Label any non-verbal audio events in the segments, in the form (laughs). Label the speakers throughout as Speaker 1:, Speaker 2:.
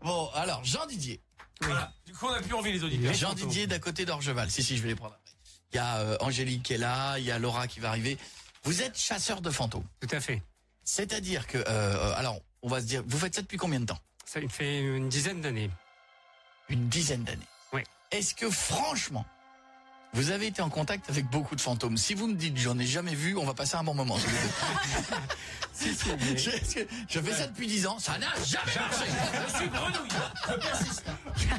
Speaker 1: Bon, alors, Jean Didier.
Speaker 2: Voilà. Du coup, on a plus envie les auditeurs.
Speaker 1: Jean Didier d'à côté d'Orgeval. Si, si, je vais les prendre après. Il y a euh, Angélique qui est là, il y a Laura qui va arriver. Vous êtes chasseur de fantômes.
Speaker 2: Tout à fait.
Speaker 1: C'est-à-dire que, euh, euh, alors, on va se dire, vous faites ça depuis combien de temps
Speaker 2: Ça me fait une dizaine d'années.
Speaker 1: Une dizaine d'années.
Speaker 2: Oui.
Speaker 1: Est-ce que, franchement, vous avez été en contact avec beaucoup de fantômes Si vous me dites, j'en ai jamais vu, on va passer un bon moment. tous les deux.
Speaker 2: Si, si, mais-
Speaker 1: je, est-ce que- je fais ça depuis 10 ans, ça n'a jamais marché
Speaker 2: Je suis grenouille.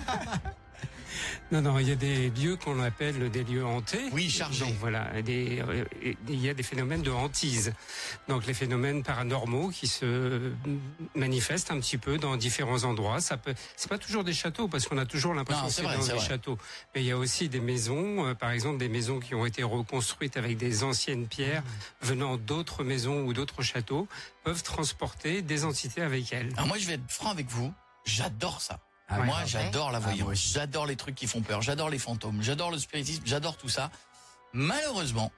Speaker 2: Non, non, il y a des lieux qu'on appelle des lieux hantés.
Speaker 1: Oui, chargés.
Speaker 2: Donc, voilà, des, euh, et il y a des phénomènes de hantise. Donc les phénomènes paranormaux qui se manifestent un petit peu dans différents endroits. Ça peut, c'est pas toujours des châteaux parce qu'on a toujours l'impression
Speaker 1: Non,
Speaker 2: que
Speaker 1: c'est
Speaker 2: c'est
Speaker 1: vrai,
Speaker 2: dans
Speaker 1: c'est
Speaker 2: des
Speaker 1: vrai.
Speaker 2: châteaux. Mais il y a aussi des maisons, euh, par exemple des maisons qui ont été reconstruites avec des anciennes pierres
Speaker 1: Mmh.
Speaker 2: venant d'autres maisons ou d'autres châteaux peuvent transporter des entités avec elles.
Speaker 1: Alors moi, je vais être franc avec vous, j'adore ça.
Speaker 2: Ah ouais,
Speaker 1: moi,
Speaker 2: ah ouais.
Speaker 1: j'adore la voyance, j'adore les trucs qui font peur, j'adore les fantômes, j'adore le spiritisme, j'adore tout ça. Malheureusement,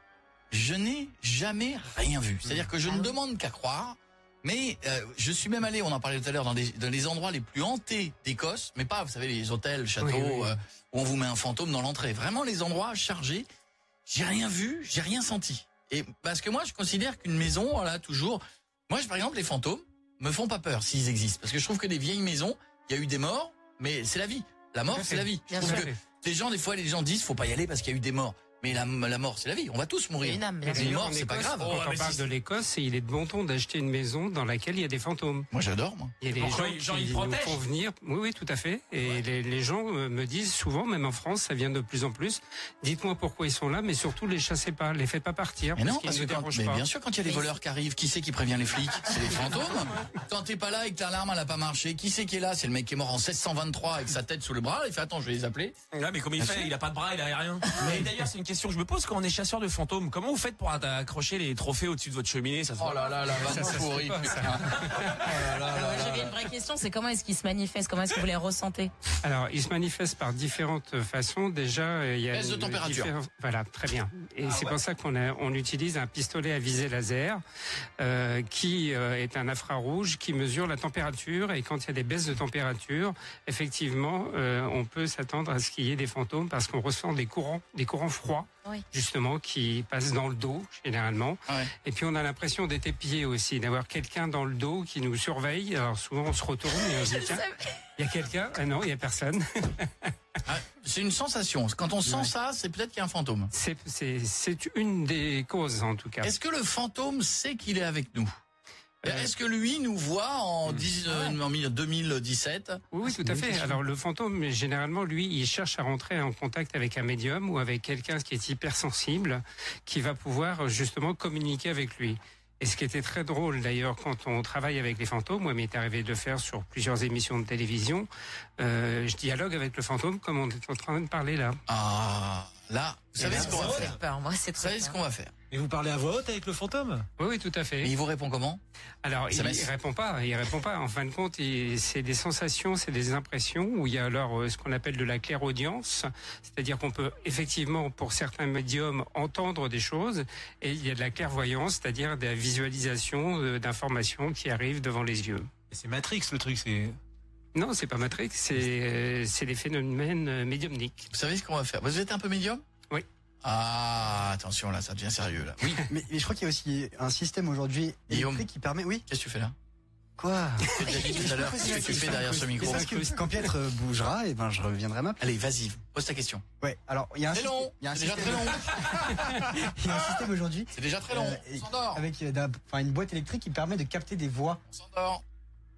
Speaker 1: je n'ai jamais rien vu. C'est-à-dire que
Speaker 2: Ah
Speaker 1: je ne demande qu'à croire, mais euh, je suis même allé, on en parlait tout à l'heure, dans, des- dans les endroits les plus hantés d'Écosse, mais pas, vous savez, les hôtels, châteaux,
Speaker 2: Oui, oui.
Speaker 1: euh, où on vous met un fantôme dans l'entrée. Vraiment les endroits chargés, j'ai rien vu, j'ai rien senti. Et parce que moi, je considère qu'une maison, on l'a toujours... Moi, je, par exemple, les fantômes me font pas peur s'ils existent. Parce que je trouve que des vieilles maisons, il y a eu des morts, mais c'est la vie. La mort,
Speaker 2: Tout à
Speaker 1: c'est
Speaker 2: fait.
Speaker 1: la vie. Je
Speaker 3: Bien
Speaker 1: trouve
Speaker 3: sûr.
Speaker 1: que les gens, des fois, les gens disent, faut pas y aller parce qu'il y a eu des morts. Mais la, la mort, c'est la vie. On va tous
Speaker 3: Il y a
Speaker 1: mourir.
Speaker 3: une âme, bien
Speaker 1: Les
Speaker 3: sûr.
Speaker 1: morts,
Speaker 2: En
Speaker 1: c'est pas
Speaker 2: Écosse,
Speaker 1: grave.
Speaker 2: Quand
Speaker 1: Oh, mais
Speaker 2: on parle
Speaker 1: si-
Speaker 2: de l'Écosse, il est de bon ton d'acheter une maison dans laquelle il y a des fantômes.
Speaker 1: Moi, j'adore, moi.
Speaker 2: Il y a des
Speaker 4: Pourquoi
Speaker 2: gens
Speaker 4: ils- genre,
Speaker 2: qui
Speaker 4: ils
Speaker 2: nous
Speaker 4: protègent
Speaker 2: font venir. Oui, oui, tout à fait. Et les, les gens euh, me disent souvent, même en France, ça vient de plus en plus. Dites-moi pourquoi ils sont là, mais surtout les chassez pas, les faites pas partir,
Speaker 1: Mais
Speaker 2: parce
Speaker 1: non,
Speaker 2: qu'ils
Speaker 1: parce
Speaker 2: ne
Speaker 1: que
Speaker 2: nous
Speaker 1: quand,
Speaker 2: dérangent
Speaker 1: mais
Speaker 2: pas.
Speaker 1: bien sûr, quand il y a des voleurs qui arrivent, qui c'est qui prévient les flics C'est les
Speaker 2: (laughs)
Speaker 1: fantômes. Quand t'es pas là et que ta larme, elle a pas marché, qui c'est qui est là C'est le mec qui est mort en 1623 avec sa tête sous le bras. Il fait attends, je vais les appeler.
Speaker 4: Là, Ah, mais comment il
Speaker 1: Bien
Speaker 4: fait
Speaker 1: sûr.
Speaker 4: Il a pas de bras, il a
Speaker 5: Ah,
Speaker 4: rien. Mais d'ailleurs, c'est une question que je me pose quand on est chasseur de fantômes. Comment vous faites pour atta- accrocher les trophées au-dessus de votre cheminée Ça se
Speaker 1: Oh
Speaker 4: voit.
Speaker 1: là là là,
Speaker 2: Ça,
Speaker 1: vraiment
Speaker 2: ça se fait
Speaker 1: pourri.
Speaker 2: pas, ça.
Speaker 1: putain.
Speaker 3: Alors, Ah, J'avais une vraie question, c'est comment est-ce qu'ils se manifestent Comment est-ce que vous les ressentez
Speaker 2: Alors, ils se manifestent par différentes euh, façons. Déjà, euh, il y a
Speaker 1: Baisse de
Speaker 2: une
Speaker 1: température. Ah
Speaker 2: différen- Voilà, très bien. Et c'est
Speaker 1: ouais.
Speaker 2: pour ça qu'on a- on utilise un pistolet à visée laser euh, qui euh, est un infrarouge qui mesure la température. Et quand il y a des baisses de température, effectivement, euh, on peut s'attendre à ce qu'il y ait des fantômes parce qu'on ressent des courants, des courants froids,
Speaker 3: Oui.
Speaker 2: justement, qui passent dans le dos généralement.
Speaker 1: Ah Ouais.
Speaker 2: Et puis on a l'impression d'être épié aussi, d'avoir quelqu'un dans le dos qui nous surveille. Alors souvent on se retourne et
Speaker 1: (laughs)
Speaker 2: on se dit tiens, il y a quelqu'un Ah non, il y a personne.
Speaker 1: Ah, C'est une sensation. Quand on sent
Speaker 2: Ouais.
Speaker 1: ça, c'est peut-être qu'il y a un fantôme.
Speaker 2: C'est- C'est c'est une des causes en tout cas.
Speaker 1: Est-ce que le fantôme sait qu'il est avec nous
Speaker 2: Euh. Hmm. Ah
Speaker 1: Est-ce que lui nous voit en, 10, euh, en 2017
Speaker 2: Oui, oui, tout à fait. Alors le fantôme, généralement, lui, il cherche à rentrer en contact avec un médium ou avec quelqu'un qui est hypersensible, qui va pouvoir euh, justement communiquer avec lui. Et ce qui était très drôle d'ailleurs quand on travaille avec les fantômes, moi m'est arrivé de le faire sur plusieurs émissions de télévision, euh, je dialogue avec le fantôme comme on est en train de parler là.
Speaker 1: Ah, là, vous savez
Speaker 4: là,
Speaker 1: ce qu'on va
Speaker 4: c'est
Speaker 1: faire
Speaker 3: J'ai peur, moi, c'est
Speaker 1: Vous
Speaker 3: trop.
Speaker 1: savez ce qu'on va faire
Speaker 5: Mais vous parlez à voix haute avec le fantôme
Speaker 2: Oui, oui, tout à fait.
Speaker 1: Mais il vous répond comment
Speaker 2: Alors, il,
Speaker 1: SMS.
Speaker 2: il répond pas, il répond pas. En fin de compte, il- c'est des sensations, c'est des impressions où il y a alors euh, ce qu'on appelle de la clairaudience, c'est-à-dire qu'on peut effectivement, pour certains médiums, entendre des choses, et il y a de la clairvoyance, c'est-à-dire des visualisations euh, d'informations qui arrivent devant les yeux.
Speaker 5: C'est Matrix le truc, c'est.
Speaker 2: Non, c'est pas Matrix, c'est euh, c'est des phénomènes euh, médiumniques.
Speaker 1: Vous savez ce qu'on va faire Vous êtes un peu médium
Speaker 2: Oui.
Speaker 1: Ah, attention là, ça devient sérieux là. Oui,
Speaker 6: Mais, mais je crois qu'il y a aussi un système aujourd'hui
Speaker 1: Guillaume.
Speaker 6: électrique qui permet. Oui.
Speaker 1: qu'est-ce que tu fais là
Speaker 6: Quoi
Speaker 1: Tu as dit tout à l'heure ce que tu fais derrière ce
Speaker 6: Mais
Speaker 1: micro.
Speaker 6: parce que quand Pietre euh, bougera, et ben je reviendrai à ma place.
Speaker 1: Allez, vas-y, pose ta question.
Speaker 6: Ouais. Alors il y a un
Speaker 1: C'est
Speaker 6: système-
Speaker 1: long,
Speaker 6: il y a un
Speaker 1: c'est déjà
Speaker 6: système,
Speaker 1: très long,
Speaker 6: il y a un système aujourd'hui
Speaker 1: c'est déjà très long.
Speaker 6: Euh,
Speaker 1: On
Speaker 6: et-
Speaker 1: s'endort,
Speaker 6: avec euh, d'un- enfin, une boîte électrique qui permet de capter des voix,
Speaker 1: on s'endort.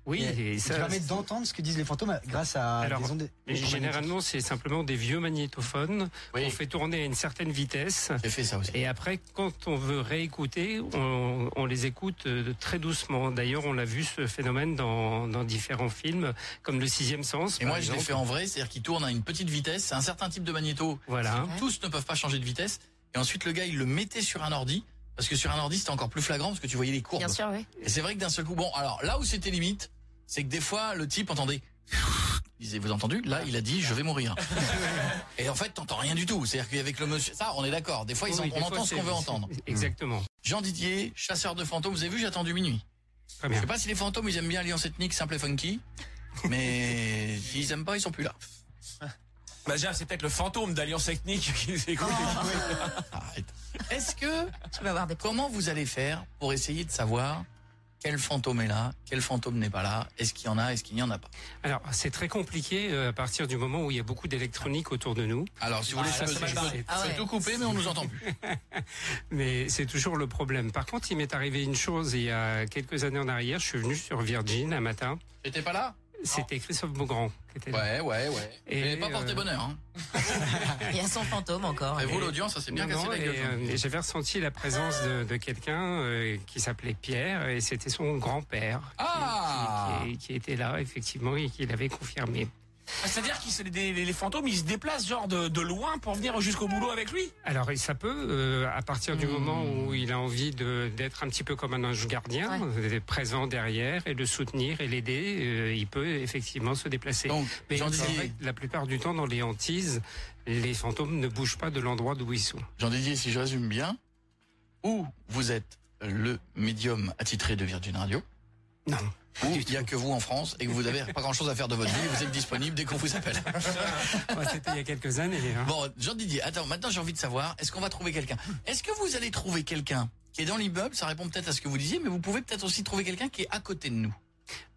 Speaker 2: Oui,
Speaker 6: et
Speaker 2: et
Speaker 6: qui
Speaker 2: ça-
Speaker 6: permet d'entendre ce que disent les fantômes grâce à
Speaker 2: Alors,
Speaker 6: des ondes.
Speaker 2: et généralement, c'est simplement des vieux magnétophones qu'on
Speaker 1: Oui,
Speaker 2: fait tourner à une certaine vitesse.
Speaker 1: j'ai fait ça aussi.
Speaker 2: Et après, quand on veut réécouter, on, on les écoute euh, très doucement. D'ailleurs, on l'a vu ce phénomène dans, dans différents films, comme Le Sixième Sens.
Speaker 1: Et
Speaker 2: par
Speaker 1: moi, je l'ai
Speaker 2: exemple.
Speaker 1: fait en vrai, c'est-à-dire qu'il tourne à une petite vitesse, c'est un certain type de magnéto.
Speaker 2: Voilà.
Speaker 1: Tous ne peuvent pas changer de vitesse. Et ensuite, le gars, il le mettait sur un ordi. Parce que sur un ordi, c'était encore plus flagrant parce que tu voyais les courbes.
Speaker 3: Bien sûr, oui.
Speaker 1: Et c'est vrai que d'un seul coup, bon, alors là où c'était limite, c'est que des fois, le type entendait. Il disait, vous avez entendu Là, il a dit, je vais mourir. Et en fait, t'entends rien du tout. C'est-à-dire qu'avec le monsieur, ça, on est d'accord. Des fois, ils
Speaker 2: Oui,
Speaker 1: en-
Speaker 2: des
Speaker 1: on
Speaker 2: fois,
Speaker 1: entend ce
Speaker 2: c'est-
Speaker 1: qu'on veut
Speaker 2: c'est-
Speaker 1: entendre.
Speaker 2: Exactement.
Speaker 1: Jean Didier, chasseur de fantômes. Vous avez vu, j'ai attendu minuit.
Speaker 2: Très
Speaker 1: Je
Speaker 2: bien.
Speaker 1: sais pas si les fantômes, ils aiment bien Alliance Ethnique, Simple et Funky.
Speaker 2: (laughs)
Speaker 1: Mais s'ils aiment pas, ils sont plus là.
Speaker 4: Bah, déjà, c'est peut-être le fantôme d'Alliance Technique qui les écoute.
Speaker 1: Arrête. Est-ce que
Speaker 3: Tu vas avoir des
Speaker 1: comment vous allez faire pour essayer de savoir quel fantôme est là, quel fantôme n'est pas là, est-ce qu'il y en a, est-ce qu'il n'y en a pas
Speaker 2: Alors, c'est très compliqué euh, à partir du moment où il y a beaucoup d'électronique autour de nous.
Speaker 1: Alors si vous voulez,
Speaker 4: Ah,
Speaker 1: ça,
Speaker 4: ça,
Speaker 1: je
Speaker 4: c'est
Speaker 1: peux-
Speaker 4: mal
Speaker 1: je
Speaker 4: barré.
Speaker 1: peux
Speaker 3: Ah ouais.
Speaker 1: tout couper, mais on nous entend plus.
Speaker 2: Mais c'est toujours le problème. Par contre, il m'est arrivé une chose il y a quelques années en arrière. Je suis venu sur Virgin un matin.
Speaker 1: J'étais pas là
Speaker 2: C'était Christophe Beaugrand qui était là.
Speaker 1: Ouais, ouais, ouais.
Speaker 2: Et,
Speaker 1: Mais pas porté
Speaker 2: euh,
Speaker 1: bonheur. Hein.
Speaker 3: Il y a son fantôme encore.
Speaker 1: Et vous, l'audience, ça s'est bien
Speaker 2: Non,
Speaker 1: cassé
Speaker 2: non,
Speaker 1: la
Speaker 2: et,
Speaker 1: gueule. hein.
Speaker 2: euh, et j'avais ressenti la présence de, de quelqu'un euh, qui s'appelait Pierre et c'était son grand-père qui-
Speaker 1: Ah
Speaker 2: qui, qui était là effectivement et qui l'avait confirmé.
Speaker 4: Ah, C'est-à-dire que les, les- les fantômes, ils se déplacent genre de, de loin pour venir jusqu'au boulot avec lui.
Speaker 2: Alors et ça peut, euh, à partir
Speaker 1: Hmm.
Speaker 2: du moment où il a envie de- d'être un petit peu comme un ange gardien, euh, présent derrière et le soutenir et l'aider, euh, il peut effectivement se déplacer.
Speaker 1: Donc,
Speaker 2: Mais
Speaker 1: Jean
Speaker 2: en
Speaker 1: Didier,
Speaker 2: fait, la plupart du temps dans les hantises, les fantômes ne bougent pas de l'endroit d'où ils sont.
Speaker 1: (laughs) Jean Didier, si je résume bien, ou vous êtes le médium attitré de Virgin Radio,
Speaker 2: Non.
Speaker 1: ou il n'y a que vous en France et que vous n'avez pas grand-chose à faire de votre vie, vous êtes disponible dès qu'on vous appelle.
Speaker 2: Ouais, C'était il y a quelques années. hein.
Speaker 1: Bon, Jean Didier, attends, maintenant j'ai envie de savoir, est-ce qu'on va trouver quelqu'un Est-ce que vous allez trouver quelqu'un qui est dans l'immeuble Ça répond peut-être à ce que vous disiez, mais vous pouvez peut-être aussi trouver quelqu'un qui est à côté de nous.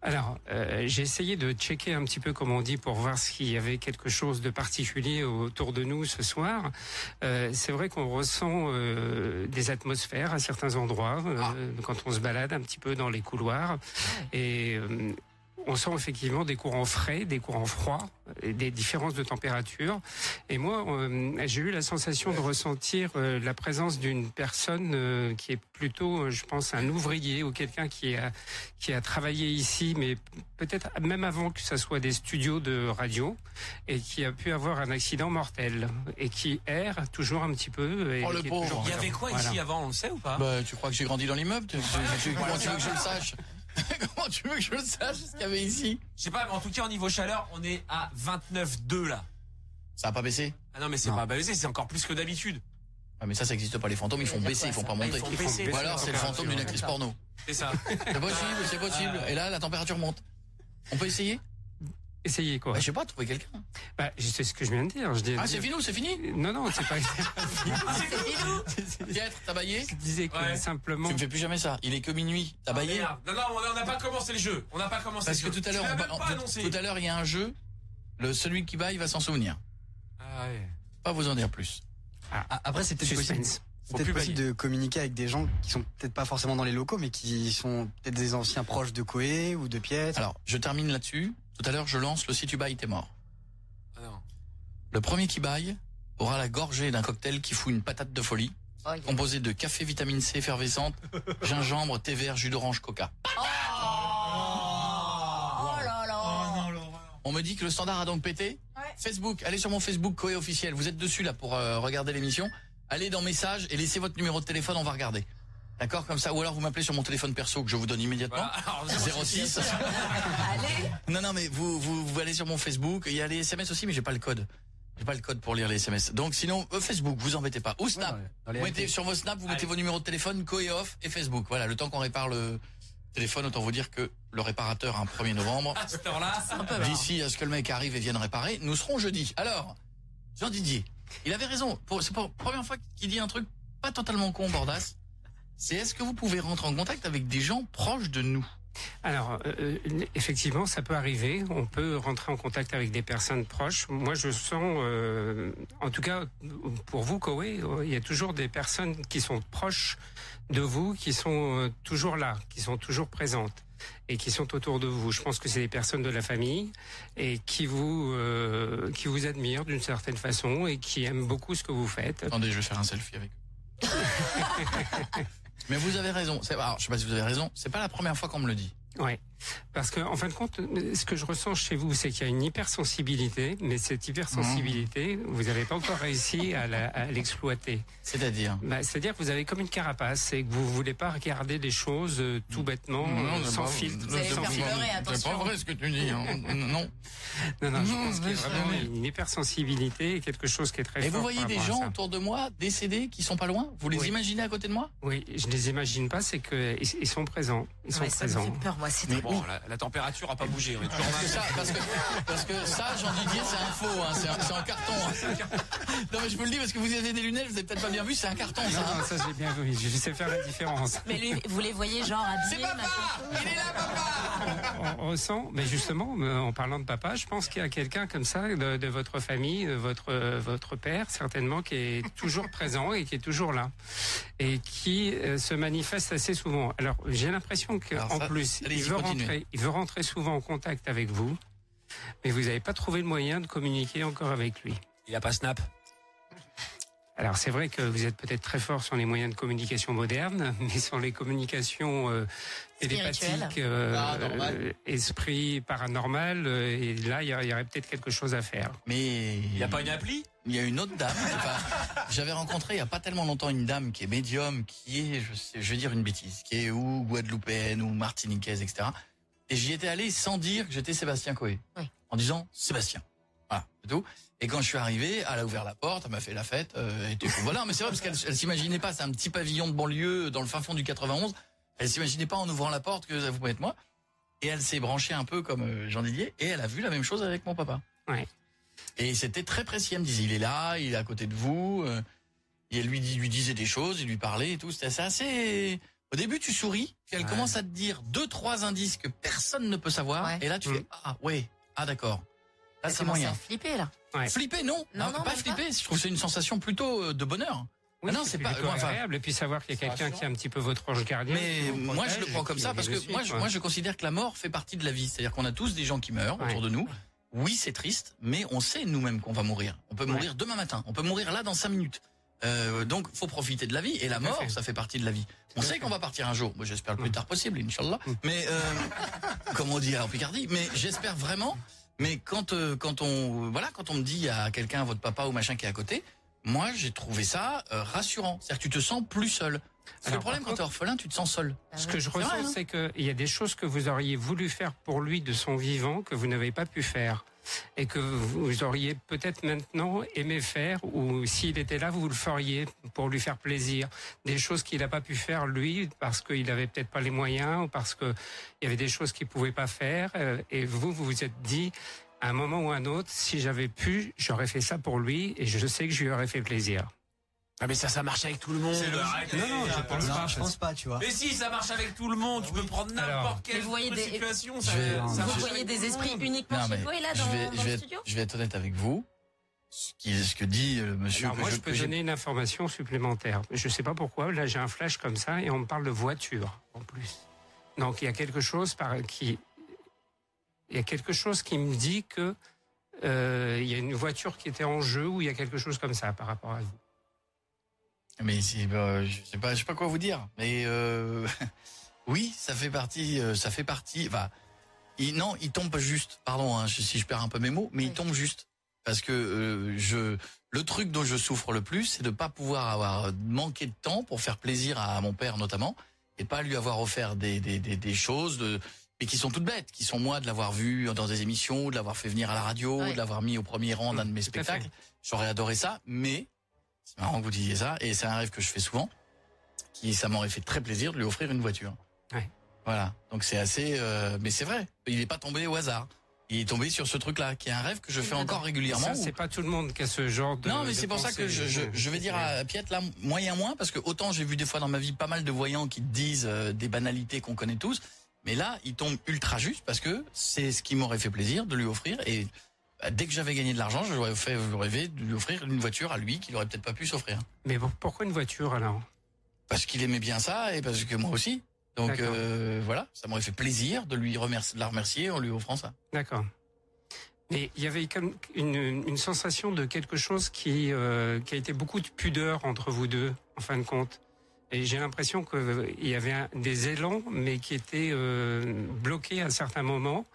Speaker 2: Alors, euh, j'ai essayé de checker un petit peu, comme on dit, pour voir s'il y avait quelque chose de particulier autour de nous ce soir. Euh, c'est vrai qu'on ressent euh, des atmosphères à certains endroits euh,
Speaker 1: Ah.
Speaker 2: quand on se balade un petit peu dans les couloirs. Et euh, on sent effectivement des courants frais, des courants froids, et des différences de température. Et moi, euh, j'ai eu la sensation de ressentir euh, la présence d'une personne euh, qui est plutôt, euh, je pense, un ouvrier ou quelqu'un qui a qui a travaillé ici, mais peut-être même avant que ça soit des studios de radio, et qui a pu avoir un accident mortel, et qui erre toujours un petit peu. Et
Speaker 1: Oh, le
Speaker 2: qui est
Speaker 1: pauvre.
Speaker 2: toujours
Speaker 4: Il y avait quoi
Speaker 2: Voilà.
Speaker 4: ici avant, on le sait ou pas
Speaker 1: Bah, tu crois que j'ai grandi dans l'immeuble Tu- tu- tu- Comment tu veux que je le sache (laughs) Comment tu veux que je le sache, ce qu'il y avait ici
Speaker 4: Je sais pas, mais en tout cas, au niveau chaleur, on est à 29,2 là.
Speaker 1: Ça a pas baissé
Speaker 4: Ah non, mais c'est
Speaker 1: Non.
Speaker 4: pas baisé, c'est encore plus que d'habitude.
Speaker 1: Ah, mais ça, ça n'existe pas. Les fantômes, ils font baisser, ils font pas
Speaker 4: Ah, ils
Speaker 1: monter.
Speaker 4: font
Speaker 2: Ils font
Speaker 4: baisser.
Speaker 1: Ou alors, c'est le fantôme d'une
Speaker 2: Ouais.
Speaker 1: actrice porno.
Speaker 4: C'est ça.
Speaker 1: C'est possible, c'est possible. Et là, la température monte. On peut essayer
Speaker 2: Essayez quoi
Speaker 1: bah, Je sais pas, trouver quelqu'un.
Speaker 2: bah, C'est ce que je viens de dire. Je dis,
Speaker 1: Ah, c'est fini, c'est (laughs) fini
Speaker 2: Non, non, c'est pas.
Speaker 4: Ah,
Speaker 1: Piètre, t'as baillé
Speaker 2: je disais que
Speaker 4: Ouais.
Speaker 2: simplement.
Speaker 1: Tu me fais plus jamais ça. Il est que minuit. T'as
Speaker 4: Ah,
Speaker 1: baillé
Speaker 4: merde. Non, non, on n'a pas commencé le jeu. On n'a pas commencé
Speaker 1: bah, Parce que
Speaker 4: le jeu.
Speaker 1: tout à
Speaker 4: Tu
Speaker 1: l'heure,
Speaker 4: l'as
Speaker 1: on
Speaker 4: même
Speaker 1: va-
Speaker 4: pas annoncé.
Speaker 1: tout à l'heure, il y a un jeu. Le celui qui baille va s'en souvenir.
Speaker 4: Ah ouais.
Speaker 1: Pas vous en dire plus.
Speaker 6: Ah, Après, c'est peut-être possible,
Speaker 2: Suspense.
Speaker 6: c'est peut-être possible de communiquer avec des gens qui sont peut-être pas forcément dans les locaux, mais qui sont peut-être des anciens proches de Coé ou de Piètre.
Speaker 1: Alors, je termine là-dessus. Tout à l'heure, je lance le si tu bailles, t'es mort.
Speaker 4: Ah non.
Speaker 1: Le premier qui baille aura la gorgée d'un cocktail qui fout une patate de folie, composé de café vitamine C effervescente, gingembre, thé vert, jus d'orange, coca.
Speaker 3: Oh là là
Speaker 1: On me dit que le standard a donc pété.
Speaker 3: Ouais.
Speaker 1: Facebook, allez sur mon Facebook Coé officiel. Vous êtes dessus là pour euh, regarder l'émission. Allez dans messages et laissez votre numéro de téléphone, on va regarder. D'accord comme ça ou alors vous m'appelez sur mon téléphone perso que je vous donne immédiatement.
Speaker 4: Voilà. Ah, Alors,
Speaker 1: 06
Speaker 3: Allez
Speaker 1: Non non mais vous, vous vous allez sur mon Facebook, il y a les SMS aussi mais j'ai pas le code. J'ai pas le code pour lire les SMS. Donc sinon euh, Facebook, vous embêtez pas. Ou Snap.
Speaker 6: Dans les
Speaker 1: Vous mettez sur vos snaps, vous mettez
Speaker 4: Allez.
Speaker 1: vos numéros de téléphone, Coé off et Facebook. Voilà, le temps qu'on répare le téléphone, autant vous dire que le réparateur un 1er novembre
Speaker 6: (laughs)
Speaker 4: à Ah, cette heure-là,
Speaker 1: D'ici à ce que le mec arrive et vienne réparer, nous serons jeudi. Alors, Jean Didier, il avait raison. Pour- C'est pour la première fois qu'il dit un truc pas totalement con, Bordas. C'est est-ce que vous pouvez rentrer en contact avec des gens proches de nous
Speaker 2: Alors, euh, euh, effectivement, ça peut arriver. On peut rentrer en contact avec des personnes proches. Moi, je sens, euh, en tout cas, pour vous, Koé, euh, il y a toujours des personnes qui sont proches de vous, qui sont euh, toujours là, qui sont toujours présentes et qui sont autour de vous. Je pense que c'est des personnes de la famille et qui vous, euh, qui vous admirent d'une certaine façon et qui aiment beaucoup ce que vous faites.
Speaker 1: Attendez, je vais faire un selfie avec eux. Mais vous avez raison. C'est- Alors, je sais pas si vous avez raison. C'est pas la première fois qu'on me le dit.
Speaker 2: Ouais, parce que en fin de compte, ce que je ressens chez vous, c'est qu'il y a une hypersensibilité, mais cette
Speaker 1: Mmh.
Speaker 2: hypersensibilité, vous n'avez pas encore réussi à la- à l'exploiter.
Speaker 1: C'est-à-dire.
Speaker 2: Bah, C'est-à-dire que vous avez comme une carapace et que vous voulez pas regarder les choses euh, tout
Speaker 1: Mmh.
Speaker 2: bêtement, euh, sans filtre,
Speaker 3: Vous allez
Speaker 2: sans
Speaker 3: faire
Speaker 2: filtre.
Speaker 3: pleurer,
Speaker 1: C'est pas
Speaker 3: attention.
Speaker 1: vrai ce que tu dis. hein. Non.
Speaker 2: Non, non, je
Speaker 1: Non,
Speaker 2: pense qu'il y a
Speaker 1: mais ça
Speaker 2: vraiment
Speaker 1: va.
Speaker 2: une hypersensibilité et quelque chose qui est très
Speaker 1: Et
Speaker 2: fort
Speaker 1: vous voyez
Speaker 2: par
Speaker 1: des
Speaker 2: rapport à
Speaker 1: gens
Speaker 2: ça.
Speaker 1: autour de moi décédés qui sont pas loin Vous les
Speaker 2: Oui.
Speaker 1: imaginez à côté de moi
Speaker 2: Oui, je les imagine pas, c'est que euh, ils ils sont présents, ils sont
Speaker 3: Ouais, Ça me
Speaker 2: présents.
Speaker 3: fait peur, moi, c'est
Speaker 1: Mais
Speaker 4: Bon, la, la température a pas bougé. On est toujours en
Speaker 1: C'est ça, parce que, parce que ça, Jean Didier, c'est un faux, hein, c'est un- c'est en carton. (laughs) hein. Non, mais je vous le dis parce que vous avez des lunettes, vous avez peut-être pas bien vu, c'est un carton, ça. hein.
Speaker 2: Non, ça j'ai bien vu, je sais faire la différence.
Speaker 3: Mais lui, vous les voyez genre à
Speaker 1: C'est
Speaker 3: 10
Speaker 1: papa Ah, Il est là, papa
Speaker 2: On ressent, mais justement, euh, en parlant de papa, je pense qu'il y a quelqu'un comme ça de, de votre famille, de votre euh, votre père certainement, qui est toujours présent et qui est toujours là et qui euh, se manifeste assez souvent. Alors j'ai l'impression
Speaker 1: Alors
Speaker 2: qu'en
Speaker 1: ça,
Speaker 2: plus,
Speaker 1: allez-y,
Speaker 2: il veut
Speaker 1: continuez.
Speaker 2: rentrer, il veut rentrer souvent en contact avec vous, mais vous n'avez pas trouvé le moyen de communiquer encore avec lui.
Speaker 4: Il a pas Snap.
Speaker 2: Alors c'est vrai que vous êtes peut-être très fort sur les moyens de communication modernes, (laughs) mais sur les communications euh,
Speaker 3: Spirituelles.
Speaker 2: télépathiques, euh,
Speaker 1: Ah, normal.
Speaker 2: euh, esprit paranormal, euh, et là il y, a- il y aurait peut-être quelque chose à faire.
Speaker 1: Mais
Speaker 4: Il a pas une appli
Speaker 1: il y a une autre dame. enfin, J'avais rencontré il y a pas tellement longtemps une dame qui est médium, qui est, je, sais, je vais dire une bêtise, qui est ou guadeloupéenne ou martiniquaise, etc. Et j'y étais allé sans dire que j'étais Sébastien Coé,
Speaker 3: Oui.
Speaker 1: en disant Sébastien. Voilà, c'est tout. Ah. Et quand je suis arrivé, elle a ouvert la porte, elle m'a fait la fête. euh, et tout. voilà, mais c'est vrai parce qu'elle elle s'imaginait pas, c'est un petit pavillon de banlieue dans le fin fond du 91. Elle s'imaginait pas en ouvrant la porte que ça vous mettre moi. Et elle s'est branchée un peu comme euh, Jean Didier, et elle a vu la même chose avec mon papa.
Speaker 2: Ouais.
Speaker 1: Et c'était très précis. Elle me disait, il est là, il est à côté de vous. euh, et elle lui, dis- lui disait des choses, il lui parlait et tout. C'était assez, assez- Au début, tu souris, puis elle
Speaker 2: Ouais.
Speaker 1: commence à te dire deux, trois indices que personne ne peut savoir.
Speaker 3: Ouais.
Speaker 1: Et là, tu
Speaker 2: Mhm.
Speaker 1: fais, ah ouais, ah d'accord. Là, c'est
Speaker 3: commence
Speaker 1: moyen.
Speaker 3: à flipper là.
Speaker 2: Ouais.
Speaker 1: Flipper, non.
Speaker 3: Non,
Speaker 1: Ah,
Speaker 3: non,
Speaker 1: pas
Speaker 3: même
Speaker 1: flipper. Je trouve que c'est une sensation plutôt euh, de bonheur.
Speaker 2: Oui,
Speaker 1: non, c'est pas-
Speaker 2: plutôt
Speaker 1: enfin,
Speaker 2: agréable. Et puis savoir qu'il y a quelqu'un qui est un petit peu votre ange gardien. qui
Speaker 1: Mais
Speaker 2: vous
Speaker 1: moi, je le
Speaker 2: protège,
Speaker 1: prends comme
Speaker 2: qui
Speaker 1: ça
Speaker 2: vous
Speaker 1: parce que
Speaker 2: suit,
Speaker 1: moi, je,
Speaker 2: quoi.
Speaker 1: moi, je considère que la mort fait partie de la vie. C'est-à-dire qu'on a tous des gens qui meurent
Speaker 2: Ouais.
Speaker 1: autour de nous. Oui, c'est triste, mais on sait nous-mêmes qu'on va mourir. On peut
Speaker 2: Ouais.
Speaker 1: mourir demain matin. On peut mourir là dans cinq minutes. Euh, donc, faut profiter de la vie et la
Speaker 2: Tout à
Speaker 1: mort,
Speaker 2: fait.
Speaker 1: ça fait partie de la vie. On
Speaker 2: à
Speaker 1: sait
Speaker 2: fait.
Speaker 1: qu'on va partir un jour. Moi, j'espère le plus
Speaker 2: Mm.
Speaker 1: tard possible, Inch'Allah. Mais, euh, (laughs) comme on dit en Picardie, mais j'espère vraiment. Mais quand, euh, quand on, voilà, quand on me dit à quelqu'un, votre papa ou machin qui est à côté, moi, j'ai trouvé ça euh, rassurant. C'est-à-dire que tu te sens plus seul. C'est le
Speaker 2: Alors,
Speaker 1: problème
Speaker 2: par
Speaker 1: quand t'es orphelin, tu te sens seul.
Speaker 2: Ce
Speaker 3: Euh,
Speaker 2: que
Speaker 1: C'est
Speaker 2: je
Speaker 1: vrai,
Speaker 2: ressens,
Speaker 1: hein.
Speaker 2: c'est qu'il y a des choses que vous auriez voulu faire pour lui de son vivant que vous n'avez pas pu faire et que vous auriez peut-être maintenant aimé faire ou s'il était là, vous le feriez pour lui faire plaisir. Des choses qu'il n'a pas pu faire lui parce qu'il n'avait peut-être pas les moyens ou parce qu'il y avait des choses qu'il ne pouvait pas faire euh, et vous, vous vous êtes dit à un moment ou à un autre, si j'avais pu, j'aurais fait ça pour lui et je sais que je lui aurais fait plaisir.
Speaker 4: Ah mais ça, ça marche avec tout le monde. Arrête.
Speaker 2: Non, non, je pense
Speaker 6: Non,
Speaker 2: pas.
Speaker 6: je pense pas, tu vois.
Speaker 4: Mais si, ça marche avec tout le monde. Tu peux prendre
Speaker 2: Alors.
Speaker 4: n'importe
Speaker 3: Mais
Speaker 4: quelle
Speaker 3: vous voyez des-
Speaker 4: situation. Ça,
Speaker 6: Je vais-
Speaker 4: ça
Speaker 6: vous
Speaker 4: marche
Speaker 3: Vous
Speaker 4: avec
Speaker 3: voyez
Speaker 4: tout
Speaker 3: des
Speaker 4: le
Speaker 3: esprits
Speaker 4: monde.
Speaker 3: uniquement
Speaker 1: Non,
Speaker 3: chez
Speaker 1: mais
Speaker 3: vous et là
Speaker 1: je,
Speaker 3: dans,
Speaker 1: vais,
Speaker 3: dans
Speaker 1: je, vais
Speaker 3: le
Speaker 1: être,
Speaker 3: studio
Speaker 1: je vais être honnête avec vous. Ce, qui, ce que dit euh, le monsieur
Speaker 2: Alors
Speaker 1: que
Speaker 2: moi,
Speaker 1: je,
Speaker 2: je peux
Speaker 1: que j'ai-
Speaker 2: donner une information supplémentaire. Je ne sais pas pourquoi, là j'ai un flash comme ça et on me parle de voiture en plus. Donc il y a quelque chose par qui, il y a quelque chose qui me dit que euh, il y a une voiture qui était en jeu ou il y a quelque chose comme ça par rapport à vous.
Speaker 1: Mais c'est, bah, je sais pas, je sais pas quoi vous dire. Mais euh, oui, ça fait partie, euh, ça fait partie. Enfin, il, non, il tombe juste. Pardon, hein, je- si je perds un peu mes mots, mais il
Speaker 3: Oui.
Speaker 1: tombe juste parce que euh, je, le truc dont je souffre le plus, c'est de pas pouvoir avoir euh, manqué de temps pour faire plaisir à mon père notamment et de pas lui avoir offert des des, des, des choses de mais qui sont toutes bêtes, qui sont moi de l'avoir vu dans des émissions, de l'avoir fait venir à la radio,
Speaker 3: Ouais.
Speaker 1: de l'avoir mis au premier rang d'un
Speaker 2: Mmh,
Speaker 1: de mes
Speaker 2: tout à fait.
Speaker 1: spectacles. J'aurais adoré ça, mais c'est marrant que vous disiez ça, et c'est un rêve que je fais souvent, qui ça m'aurait fait très plaisir de lui offrir une voiture.
Speaker 2: Ouais.
Speaker 1: Voilà, donc c'est assez, euh, mais c'est vrai, il n'est pas tombé au hasard. Il est tombé sur ce truc-là, qui est un rêve que je fais encore régulièrement.
Speaker 2: Ça,
Speaker 1: où-
Speaker 2: c'est pas tout le monde qui a ce genre de.
Speaker 1: non, mais
Speaker 2: de
Speaker 1: c'est pour ça que
Speaker 2: pensée.
Speaker 1: je, je, je vais dire à Piet là moyen moins parce que autant j'ai vu des fois dans ma vie pas mal de voyants qui te disent euh, des banalités qu'on connaît tous, mais là il tombe ultra juste parce que c'est ce qui m'aurait fait plaisir de lui offrir et bah, dès que j'avais gagné de l'argent, je l'aurais fait rêver de lui offrir une voiture à lui qu'il aurait peut-être pas pu s'offrir
Speaker 2: Mais bon, pourquoi une voiture alors
Speaker 1: parce qu'il aimait bien ça et parce que moi aussi. Donc
Speaker 2: D'accord.
Speaker 1: euh, voilà, ça m'aurait fait plaisir de lui remercier, de la remercier en lui offrant ça.
Speaker 2: D'accord. Mais il y avait comme une, une sensation de quelque chose qui, euh, qui a été beaucoup de pudeur entre vous deux, en fin de compte. Et j'ai l'impression qu'il y avait un- des élans, mais qui étaient euh, bloqués à certains moments.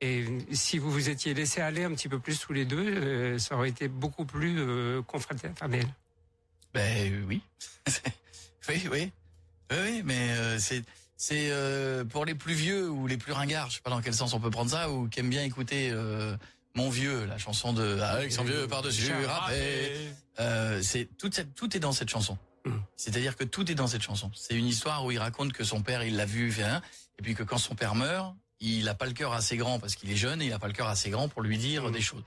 Speaker 2: Et si vous vous étiez laissé aller un petit peu plus tous les deux, euh, ça aurait été beaucoup plus euh, confraternel.
Speaker 1: Ben euh, oui. (laughs) oui, oui. Oui, oui, mais euh, c'est c'est euh, pour les plus vieux ou les plus ringards, je sais pas dans quel sens on peut prendre ça, ou qui aiment bien écouter euh, Mon vieux, la chanson de Ah, avec son vieux par-dessus, râpé. Euh, c'est toute cette, tout est dans cette chanson.
Speaker 2: Mhm.
Speaker 1: C'est-à-dire que tout est dans cette chanson. C'est une histoire où il raconte que son père, il l'a vu, fait un, et puis que quand son père meurt, il n'a pas le cœur assez grand parce qu'il est jeune et il n'a pas le cœur assez grand pour lui dire des choses.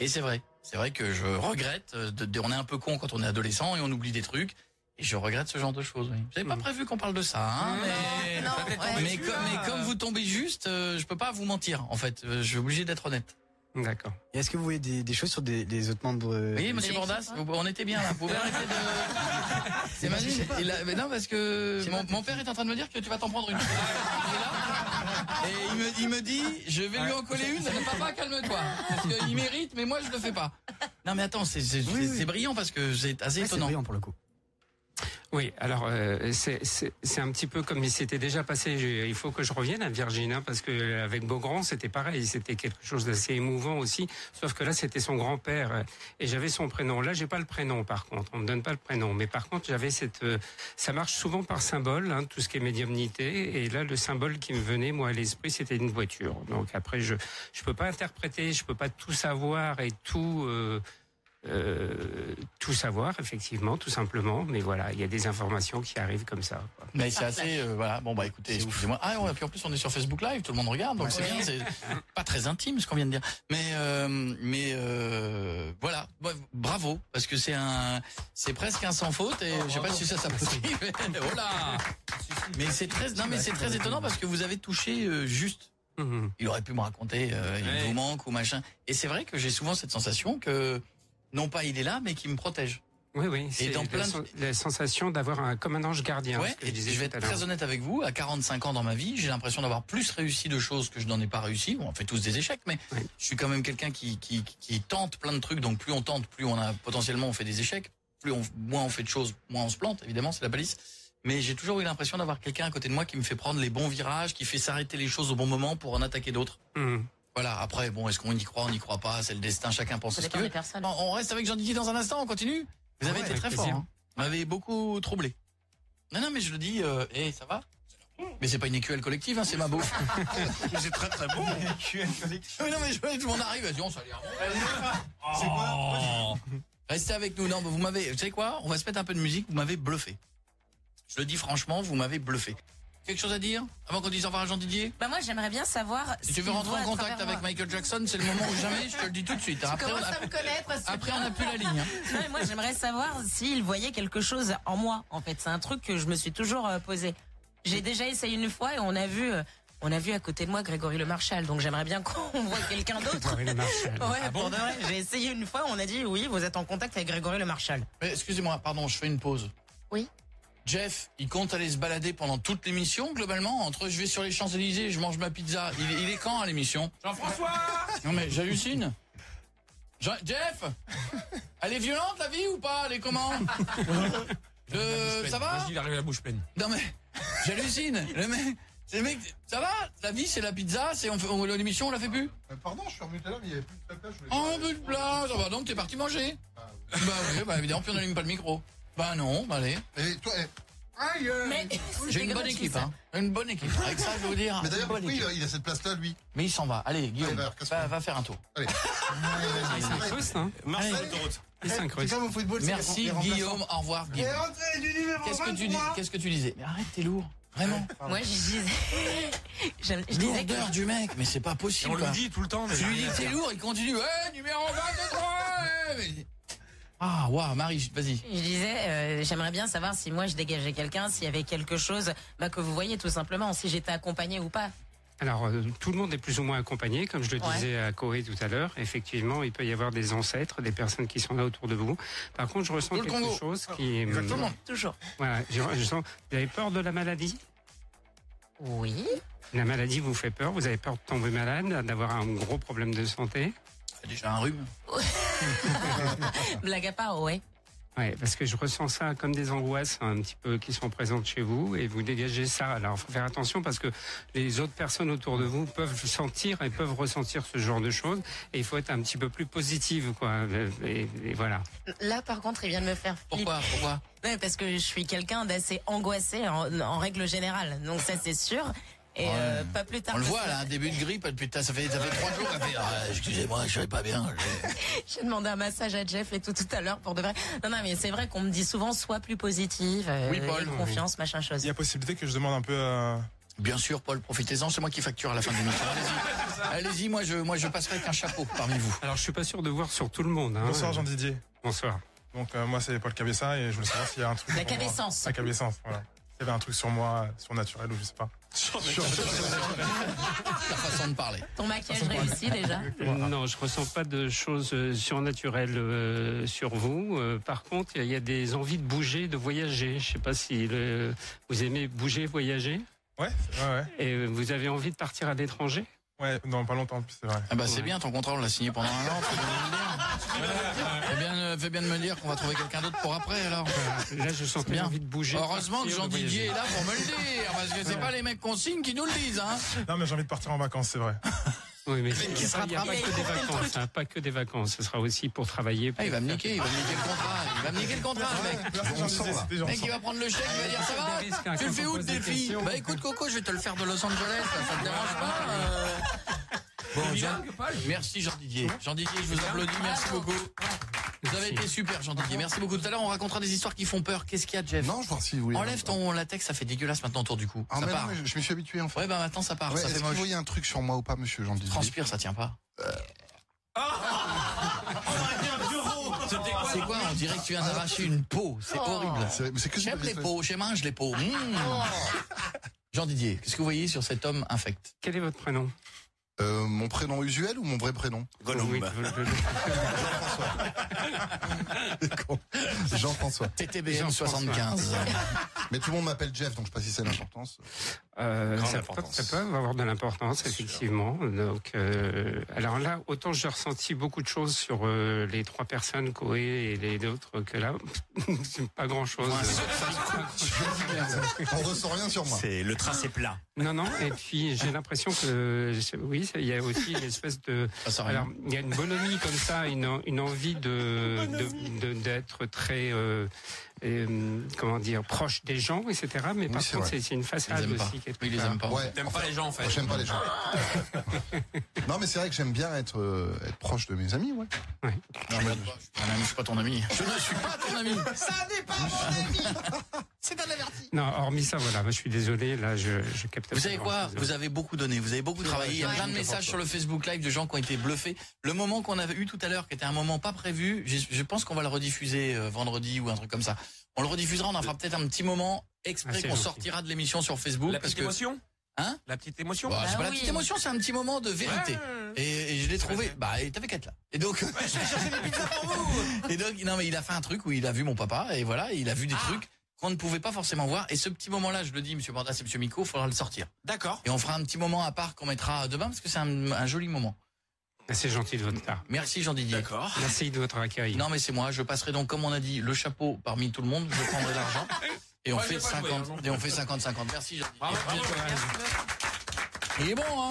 Speaker 1: Et c'est vrai. C'est vrai que je regrette. euh, De, de- on est un peu con quand on est adolescent et on oublie des trucs. Et je regrette ce genre de choses. Oui. J'avais pas
Speaker 2: Mm.
Speaker 1: prévu qu'on parle de ça.
Speaker 4: Mm.
Speaker 1: Hein, mais...
Speaker 3: non,
Speaker 4: peut-être
Speaker 3: ouais.
Speaker 4: tomber
Speaker 1: mais
Speaker 4: dessus,
Speaker 1: comme,
Speaker 4: là.
Speaker 1: mais comme vous tombez juste, euh, je peux pas vous mentir. En fait, Euh, je suis obligé d'être honnête.
Speaker 2: D'accord.
Speaker 6: Et est-ce que vous voyez des, des choses sur des, des autres membres euh,
Speaker 1: Vous voyez,
Speaker 6: du-
Speaker 1: Monsieur
Speaker 3: l'élection,
Speaker 1: Bordas,
Speaker 3: hein
Speaker 1: vous- on était bien là. Vous pouvez arrêter de.
Speaker 6: (laughs) C'est pas-
Speaker 1: T'imagines il a- mais non, parce que
Speaker 6: C'est
Speaker 1: mon,
Speaker 6: pas-
Speaker 1: mon père est en train de me dire que tu vas t'en prendre une. Il est là, et il me, il me dit, je vais lui en coller
Speaker 6: (laughs)
Speaker 1: une. Papa, calme-toi, parce qu'il mérite, mais moi je le fais pas. Non, mais attends, c'est c'est-
Speaker 6: Oui,
Speaker 1: c'est
Speaker 6: oui.
Speaker 1: brillant parce que c'est assez
Speaker 6: Ouais, c'est
Speaker 1: étonnant.
Speaker 6: brillant pour le coup.
Speaker 2: Oui, alors euh, c'est- c'est c'est un petit peu comme il s'était déjà passé. Je- il faut que je revienne à Virgin, hein, parce que euh, avec Beaugrand, c'était pareil. C'était quelque chose d'assez émouvant aussi. Sauf que là, c'était son grand-père euh, et j'avais son prénom. Là, j'ai pas le prénom, par contre. On me donne pas le prénom, mais par contre, j'avais cette. euh, ça marche souvent par symbole, hein, tout ce qui est médiumnité. Et là, le symbole qui me venait moi à l'esprit, c'était une voiture. Donc après, je je peux pas interpréter, je peux pas tout savoir et tout. euh, euh, tout savoir, effectivement, tout simplement. Mais voilà, il y a des informations qui arrivent comme ça. quoi.
Speaker 1: Mais c'est assez, euh, voilà. Bon bah écoutez, excusez-moi. Ah ouais, puis en plus on est sur Facebook Live, tout le monde regarde, donc c'est bien. C'est pas très intime ce qu'on vient de dire, mais euh, mais euh, voilà, Ouais, bravo parce que c'est un, c'est presque un sans faute et je sais pas si ça ça possible. oh là Mais c'est très, non mais c'est très étonnant parce que vous avez touché euh, juste.
Speaker 2: Mhm.
Speaker 1: Il aurait pu me raconter, euh, il
Speaker 4: Ouais.
Speaker 1: vous manque ou machin. Et c'est vrai que j'ai souvent cette sensation que non pas il est là, mais qu'il me protège.
Speaker 2: Oui, oui. C'est
Speaker 1: dans
Speaker 2: la,
Speaker 1: plein de-
Speaker 2: sen- la sensation d'avoir un comme un ange gardien.
Speaker 1: Ouais,
Speaker 2: ce que
Speaker 1: et
Speaker 2: je disais
Speaker 1: je vais être
Speaker 2: tout à l'heure.
Speaker 1: très honnête avec vous, à 45 ans dans ma vie, j'ai l'impression d'avoir plus réussi de choses que je n'en ai pas réussi. Bon, on fait tous des échecs, mais
Speaker 2: Oui.
Speaker 1: je suis quand même quelqu'un qui, qui, qui tente plein de trucs, donc plus on tente, plus on a potentiellement on fait des échecs, plus on, moins on fait de choses, moins on se plante, évidemment, c'est la balise. Mais j'ai toujours eu l'impression d'avoir quelqu'un à côté de moi qui me fait prendre les bons virages, qui fait s'arrêter les choses au bon moment pour en attaquer d'autres.
Speaker 2: Mhm.
Speaker 1: Voilà, après, bon, est-ce qu'on y croit, on n'y croit pas, c'est le destin, chacun pense
Speaker 3: Ça
Speaker 1: ce
Speaker 3: dépend
Speaker 1: qu'il
Speaker 3: des
Speaker 1: veut.
Speaker 3: personnes.
Speaker 1: Bon, on reste avec Jean-Didier dans un instant, on continue Vous avez
Speaker 2: Ouais,
Speaker 1: été
Speaker 2: avec
Speaker 1: très fort.
Speaker 2: plaisir.
Speaker 1: hein. Vous m'avez beaucoup troublé. Non, non, mais je le dis, euh, eh, ça va mais c'est pas une écuelle collective, hein, c'est ma bouffe.
Speaker 5: (laughs) C'est très très bon.
Speaker 1: Oui, non, mais je, tout le monde arrive, vas-y, on s'allait.
Speaker 5: C'est quoi
Speaker 1: Restez avec nous. Non, mais vous m'avez, vous savez quoi On va se mettre un peu de musique, vous m'avez bluffé. Je le dis franchement, vous m'avez bluffé. Quelque chose à dire avant qu'on dise au revoir à Jean-Didier
Speaker 3: Bah moi j'aimerais bien savoir.
Speaker 1: Si
Speaker 3: ce
Speaker 1: tu veux
Speaker 3: qu'il
Speaker 1: rentrer
Speaker 3: voit
Speaker 1: en
Speaker 3: à
Speaker 1: contact
Speaker 3: travers
Speaker 1: avec
Speaker 3: moi.
Speaker 1: Michael Jackson, c'est le moment ou jamais, je te le dis tout de suite. hein. Après, on
Speaker 3: Comment
Speaker 1: a,
Speaker 3: ça me connaître c'est
Speaker 1: après,
Speaker 3: bien.
Speaker 1: on a plus la ligne. hein.
Speaker 3: Non, mais moi j'aimerais savoir s'il voyait quelque chose en moi. En fait, c'est un truc que je me suis toujours euh, posé. J'ai déjà essayé une fois et on a vu, euh, on a vu à côté de moi Grégory Le Marchal. Donc j'aimerais bien (laughs) qu'on voit quelqu'un d'autre.
Speaker 2: Marie Le
Speaker 1: (laughs)
Speaker 2: Marchal.
Speaker 3: Ouais,
Speaker 1: Ah
Speaker 3: pour de vrai, j'ai essayé une fois, on a dit oui, vous êtes en contact avec Grégory Le Marchal.
Speaker 1: Mais excusez-moi, pardon, je fais une pause.
Speaker 3: Oui.
Speaker 1: Jeff, il compte aller se balader pendant toute l'émission, globalement, entre je vais sur les Champs-Élysées, je mange ma pizza. Il, est- il est quand à l'émission
Speaker 4: Jean-François
Speaker 1: Non mais j'hallucine. Je- Jeff Elle est violente la vie ou pas Elle est comment Le- Euh, Ça
Speaker 4: Moi,
Speaker 1: va
Speaker 4: je dis, Il arrive la bouche pleine.
Speaker 1: Non mais j'hallucine. Le mec, c'est le mec, ça va La vie c'est la pizza, c'est on fait on- l'émission, on la fait plus
Speaker 7: Euh, Pardon, je suis revenu tout à l'heure, mais il n'y avait plus de papa. Je voulais
Speaker 1: Oh,
Speaker 7: parler.
Speaker 1: but de place Ah bah donc t'es parti manger Bah oui, bah évidemment, puis on n'allume pas le micro. Bah non, bah allez.
Speaker 7: Et toi, eh, aïe euh,
Speaker 3: Mais
Speaker 1: J'ai
Speaker 3: c'était
Speaker 1: une bonne
Speaker 3: gratuit,
Speaker 1: équipe,
Speaker 3: ça.
Speaker 1: hein. Une bonne équipe. Avec ça, je vais vous dire.
Speaker 7: Mais d'ailleurs,
Speaker 1: une bonne
Speaker 7: pourquoi
Speaker 1: équipe.
Speaker 7: il a, il a cette place-là, lui
Speaker 1: Mais il s'en va. Allez, Guillaume,
Speaker 7: Allez, bah, casse-toi.
Speaker 1: va, va faire un tour.
Speaker 7: Ah,
Speaker 2: C'est un
Speaker 7: ouais.
Speaker 2: crust, hein
Speaker 5: Marche
Speaker 1: sur
Speaker 5: sur l'autoroute.
Speaker 2: C'est un crust.
Speaker 7: C'est comme au football, c'est les
Speaker 1: Merci,
Speaker 7: rem- les remplaçants.
Speaker 1: Guillaume. Au revoir,
Speaker 7: Et
Speaker 1: Guillaume.
Speaker 7: rentrée du numéro
Speaker 1: Qu'est-ce que tu dis
Speaker 7: 23.
Speaker 1: Qu'est-ce que tu disais Mais arrête, t'es lourd. Vraiment.
Speaker 3: Moi je disais, (laughs) j'aime- je disais que
Speaker 1: Lourdeur du mec, mais c'est pas
Speaker 4: Et
Speaker 1: possible.
Speaker 4: on le
Speaker 1: quoi.
Speaker 4: dit tout le temps. Mais
Speaker 1: Tu lui dis que t'es lourd, il continue. Eh, numéro 23 eh, mais- Ah, waouh, Marie, vas-y.
Speaker 3: Je disais, euh, j'aimerais bien savoir si moi je dégageais quelqu'un, s'il y avait quelque chose bah, que vous voyez tout simplement, si j'étais accompagnée ou pas.
Speaker 2: Alors, euh, tout le monde est plus ou moins accompagné, comme je le
Speaker 3: Ouais.
Speaker 2: disais à Coé tout à l'heure. Effectivement, il peut y avoir des ancêtres, des personnes qui sont là autour de vous. Par contre, je ressens
Speaker 1: Tout le
Speaker 2: quelque
Speaker 1: Congo.
Speaker 2: chose qui est...
Speaker 1: Exactement.
Speaker 3: Toujours.
Speaker 2: Voilà, je, je sens... Vous avez peur de la maladie
Speaker 3: Oui.
Speaker 2: La maladie vous fait peur Vous avez peur de tomber malade, d'avoir un gros problème de santé
Speaker 1: Déjà un rhume.
Speaker 3: Blague à part, ouais.
Speaker 2: Ouais, parce que je ressens ça comme des angoisses hein, un petit peu qui sont présentes chez vous et vous dégagez ça. Alors, faut faire attention parce que les autres personnes autour de vous peuvent sentir et peuvent ressentir ce genre de choses et il faut être un petit peu plus positive, quoi. euh, Et, et voilà.
Speaker 3: Là, par contre, il vient de me faire. flipper.
Speaker 1: Pourquoi Pourquoi
Speaker 3: Ouais, Parce que je suis quelqu'un d'assez angoissé en, en règle générale. Donc ça, c'est sûr. Et euh, pas plus tard.
Speaker 1: On le
Speaker 3: que
Speaker 1: voit
Speaker 3: ce-
Speaker 1: là, un début de grippe, putain, ça fait, ça fait trois jours qu'elle fait. Ah, excusez-moi, je vais pas bien. je-
Speaker 3: (laughs) J'ai demandé un massage à Jeff et tout tout à l'heure pour de vrai. Non, non, mais c'est vrai qu'on me dit souvent sois plus positive, euh,
Speaker 1: Oui, Paul.
Speaker 3: aie confiance, machin chose.
Speaker 5: euh,
Speaker 8: Il y a possibilité que je demande un peu à,
Speaker 1: Bien sûr, Paul, profitez-en. C'est moi qui facture à la fin de l'émission. Allez-y, Allez-y, moi je, moi je passerai avec un chapeau parmi vous.
Speaker 2: Alors, je suis pas sûr de voir sur tout le monde. hein.
Speaker 5: Bonsoir Jean-Didier.
Speaker 2: Bonsoir.
Speaker 5: Donc euh, moi c'est Paul Cabessa et je voulais savoir s'il y a un truc.
Speaker 3: La
Speaker 5: sur moi.
Speaker 3: cabessence.
Speaker 5: La cabessence, voilà. S'il y avait un truc sur moi, euh, surnaturel ou je sais pas.
Speaker 1: Ta façon de parler.
Speaker 3: Ton maquillage réussi déjà.
Speaker 2: Non, je ressens pas de choses euh, surnaturelles euh, sur vous. Euh, par contre, il y a des envies de bouger, de voyager. Je sais pas si le- vous aimez bouger, voyager,
Speaker 5: Ouais, ouais, ouais.
Speaker 2: et vous avez envie de partir à l'étranger.
Speaker 5: Ouais, dans pas longtemps, c'est vrai.
Speaker 1: Ah bah c'est
Speaker 2: Ouais.
Speaker 1: bien, ton contrat on l'a signé pendant un an. Fais bien de me le dire. Fais bien, euh, fais bien de me le dire qu'on va trouver quelqu'un d'autre pour après alors.
Speaker 2: Là, je sens
Speaker 1: Ah, bien.
Speaker 2: bien envie de bouger.
Speaker 1: Heureusement que
Speaker 2: partir, de
Speaker 1: Jean-Didier
Speaker 2: voyager.
Speaker 1: est là pour me le dire, parce que c'est pas les mecs qu'on signe qui nous le disent. Hein.
Speaker 5: Non mais j'ai envie de partir en vacances, c'est vrai.
Speaker 2: Oui, mais il n'y a,
Speaker 1: se
Speaker 2: pas- il y a
Speaker 1: rattrape.
Speaker 2: pas que des vacances. hein, pas que des vacances. Ce sera aussi pour travailler. pour
Speaker 1: Ah, il va me
Speaker 2: faire-
Speaker 1: niquer, il va me niquer le contrat. Il va me niquer le contrat, le mec.
Speaker 5: Merci Jean-Didier, c'était
Speaker 1: Le mec,
Speaker 5: gentil.
Speaker 1: il va prendre le chèque, il va dire ça
Speaker 2: Des risques,
Speaker 1: va
Speaker 2: hein,
Speaker 1: Tu le
Speaker 2: quand
Speaker 1: fais
Speaker 2: on
Speaker 1: où le
Speaker 2: pose des
Speaker 1: défi
Speaker 2: questions.
Speaker 1: Bah écoute, Coco, je vais te le faire de Los Angeles, ça, ça te dérange pas euh Bon, Jean- merci Jean-Didier. Jean-Didier, je vous applaudis, merci beaucoup. Vous avez
Speaker 2: Merci.
Speaker 1: été super, Jean-Didier. Merci beaucoup. Tout à l'heure, on racontera des histoires qui font peur. Qu'est-ce qu'il y a, Jeff
Speaker 7: Non, je vois si vous voulez.
Speaker 1: Enlève ton latex, ça fait dégueulasse maintenant autour du cou.
Speaker 7: hein. Ah,
Speaker 1: ça
Speaker 7: mais non,
Speaker 1: part.
Speaker 7: mais je, je me suis habitué en fait.
Speaker 1: Ouais, bah maintenant ça part.
Speaker 7: Ouais,
Speaker 1: ça
Speaker 7: Est-ce
Speaker 1: fait
Speaker 7: que vous
Speaker 1: moche.
Speaker 7: voyez un truc sur moi ou pas, monsieur Jean-Didier
Speaker 1: Transpire, ça tient pas. C'est quoi On dirait que tu viens d'arracher une peau. C'est horrible.
Speaker 7: C'est mais c'est Oh. que
Speaker 1: J'aime
Speaker 7: des-
Speaker 1: les peaux, je mange les peaux. Mmh.
Speaker 7: Oh.
Speaker 1: Jean-Didier, qu'est-ce que vous voyez sur cet homme infect
Speaker 2: Quel est votre prénom
Speaker 7: Euh, mon prénom usuel ou mon vrai prénom
Speaker 2: Oui, le- le-
Speaker 7: Jean-François.
Speaker 1: TTBM
Speaker 2: Jean-François.
Speaker 1: 75.
Speaker 7: Mais tout le monde m'appelle Jeff, donc je sais pas si c'est l'importance.
Speaker 2: Euh,
Speaker 7: Grande
Speaker 2: ça, peut,
Speaker 7: importance.
Speaker 2: ça peut avoir de l'importance, effectivement. Donc, euh, alors là, autant j'ai ressenti beaucoup de choses sur euh, les trois personnes, Coé et les autres, que là, (laughs) c'est pas grand-chose.
Speaker 7: On ressent rien sur moi.
Speaker 8: C'est le tracé plat.
Speaker 2: non, non. Et puis j'ai l'impression que oui, ça- il y a aussi une espèce de
Speaker 1: Ça sert à rien.
Speaker 2: alors il y a une bonhomie comme ça, une, en- une envie de de- de- d'être très euh, euh, comment dire proche des gens, etc. Mais par
Speaker 7: c'est
Speaker 2: contre,
Speaker 7: vrai.
Speaker 2: c'est c'est une
Speaker 1: Ils
Speaker 2: façade
Speaker 1: aiment pas.
Speaker 2: aussi. quelque
Speaker 1: Oui, ils les
Speaker 2: part.
Speaker 1: aiment pas.
Speaker 7: Ouais,
Speaker 4: T'aimes pas les gens en fait.
Speaker 7: j'aime pas les gens. non, mais c'est vrai que j'aime bien être, euh, être proche de mes amis, ouais.
Speaker 1: Non, regarde pas, je suis pas un ami, je suis pas ton ami. Je ne suis pas ton ami.
Speaker 2: Non, hormis ça, voilà. moi, Je suis désolé, là, je, je capte.
Speaker 1: Vous savez quoi
Speaker 2: absolument.
Speaker 1: Vous avez beaucoup donné, vous avez beaucoup travaillé. Il y a plein de messages sur le Facebook Live de gens qui ont été bluffés. Le moment qu'on avait eu tout à l'heure, qui était un moment pas prévu, je, je pense qu'on va le rediffuser euh, vendredi ou un truc comme ça. On le rediffusera, on en fera peut-être un petit moment
Speaker 2: Ah,
Speaker 1: exprès
Speaker 2: c'est
Speaker 1: qu'on
Speaker 2: gentil.
Speaker 1: sortira de l'émission sur Facebook.
Speaker 4: La
Speaker 1: parce
Speaker 4: petite
Speaker 1: que
Speaker 4: émotion
Speaker 1: Hein
Speaker 4: La petite émotion
Speaker 1: Bah, c'est
Speaker 3: Bah
Speaker 1: pas la
Speaker 3: oui.
Speaker 1: petite émotion, c'est un petit moment de vérité. Et, et je l'ai trouvé. Bah, et t'avais qu'être là. Et donc. (laughs) et donc, non, mais il a fait un truc où il a vu mon papa, et voilà, il a vu des trucs qu'on ne pouvait pas forcément voir. Et ce petit moment-là, je le dis, monsieur Bandas et monsieur Miko, faudra le sortir.
Speaker 4: D'accord.
Speaker 1: Et on fera un petit moment à part qu'on mettra demain, parce que c'est un, un joli moment.
Speaker 2: Ah, C'est gentil de votre part.
Speaker 1: Merci, Jean-Didier.
Speaker 4: D'accord.
Speaker 2: Merci de votre accueil.
Speaker 1: Non, mais c'est moi. Je passerai donc, comme on a dit, le chapeau parmi tout le monde. Je prendrai
Speaker 4: (laughs)
Speaker 1: l'argent. Et on
Speaker 4: Ouais,
Speaker 1: fait
Speaker 4: j'ai pas joué,
Speaker 1: 50,
Speaker 4: hein,
Speaker 1: et on fait 50-50. Merci, Jean-Didier.
Speaker 4: Bravo, bravo.
Speaker 1: Il est bon, hein?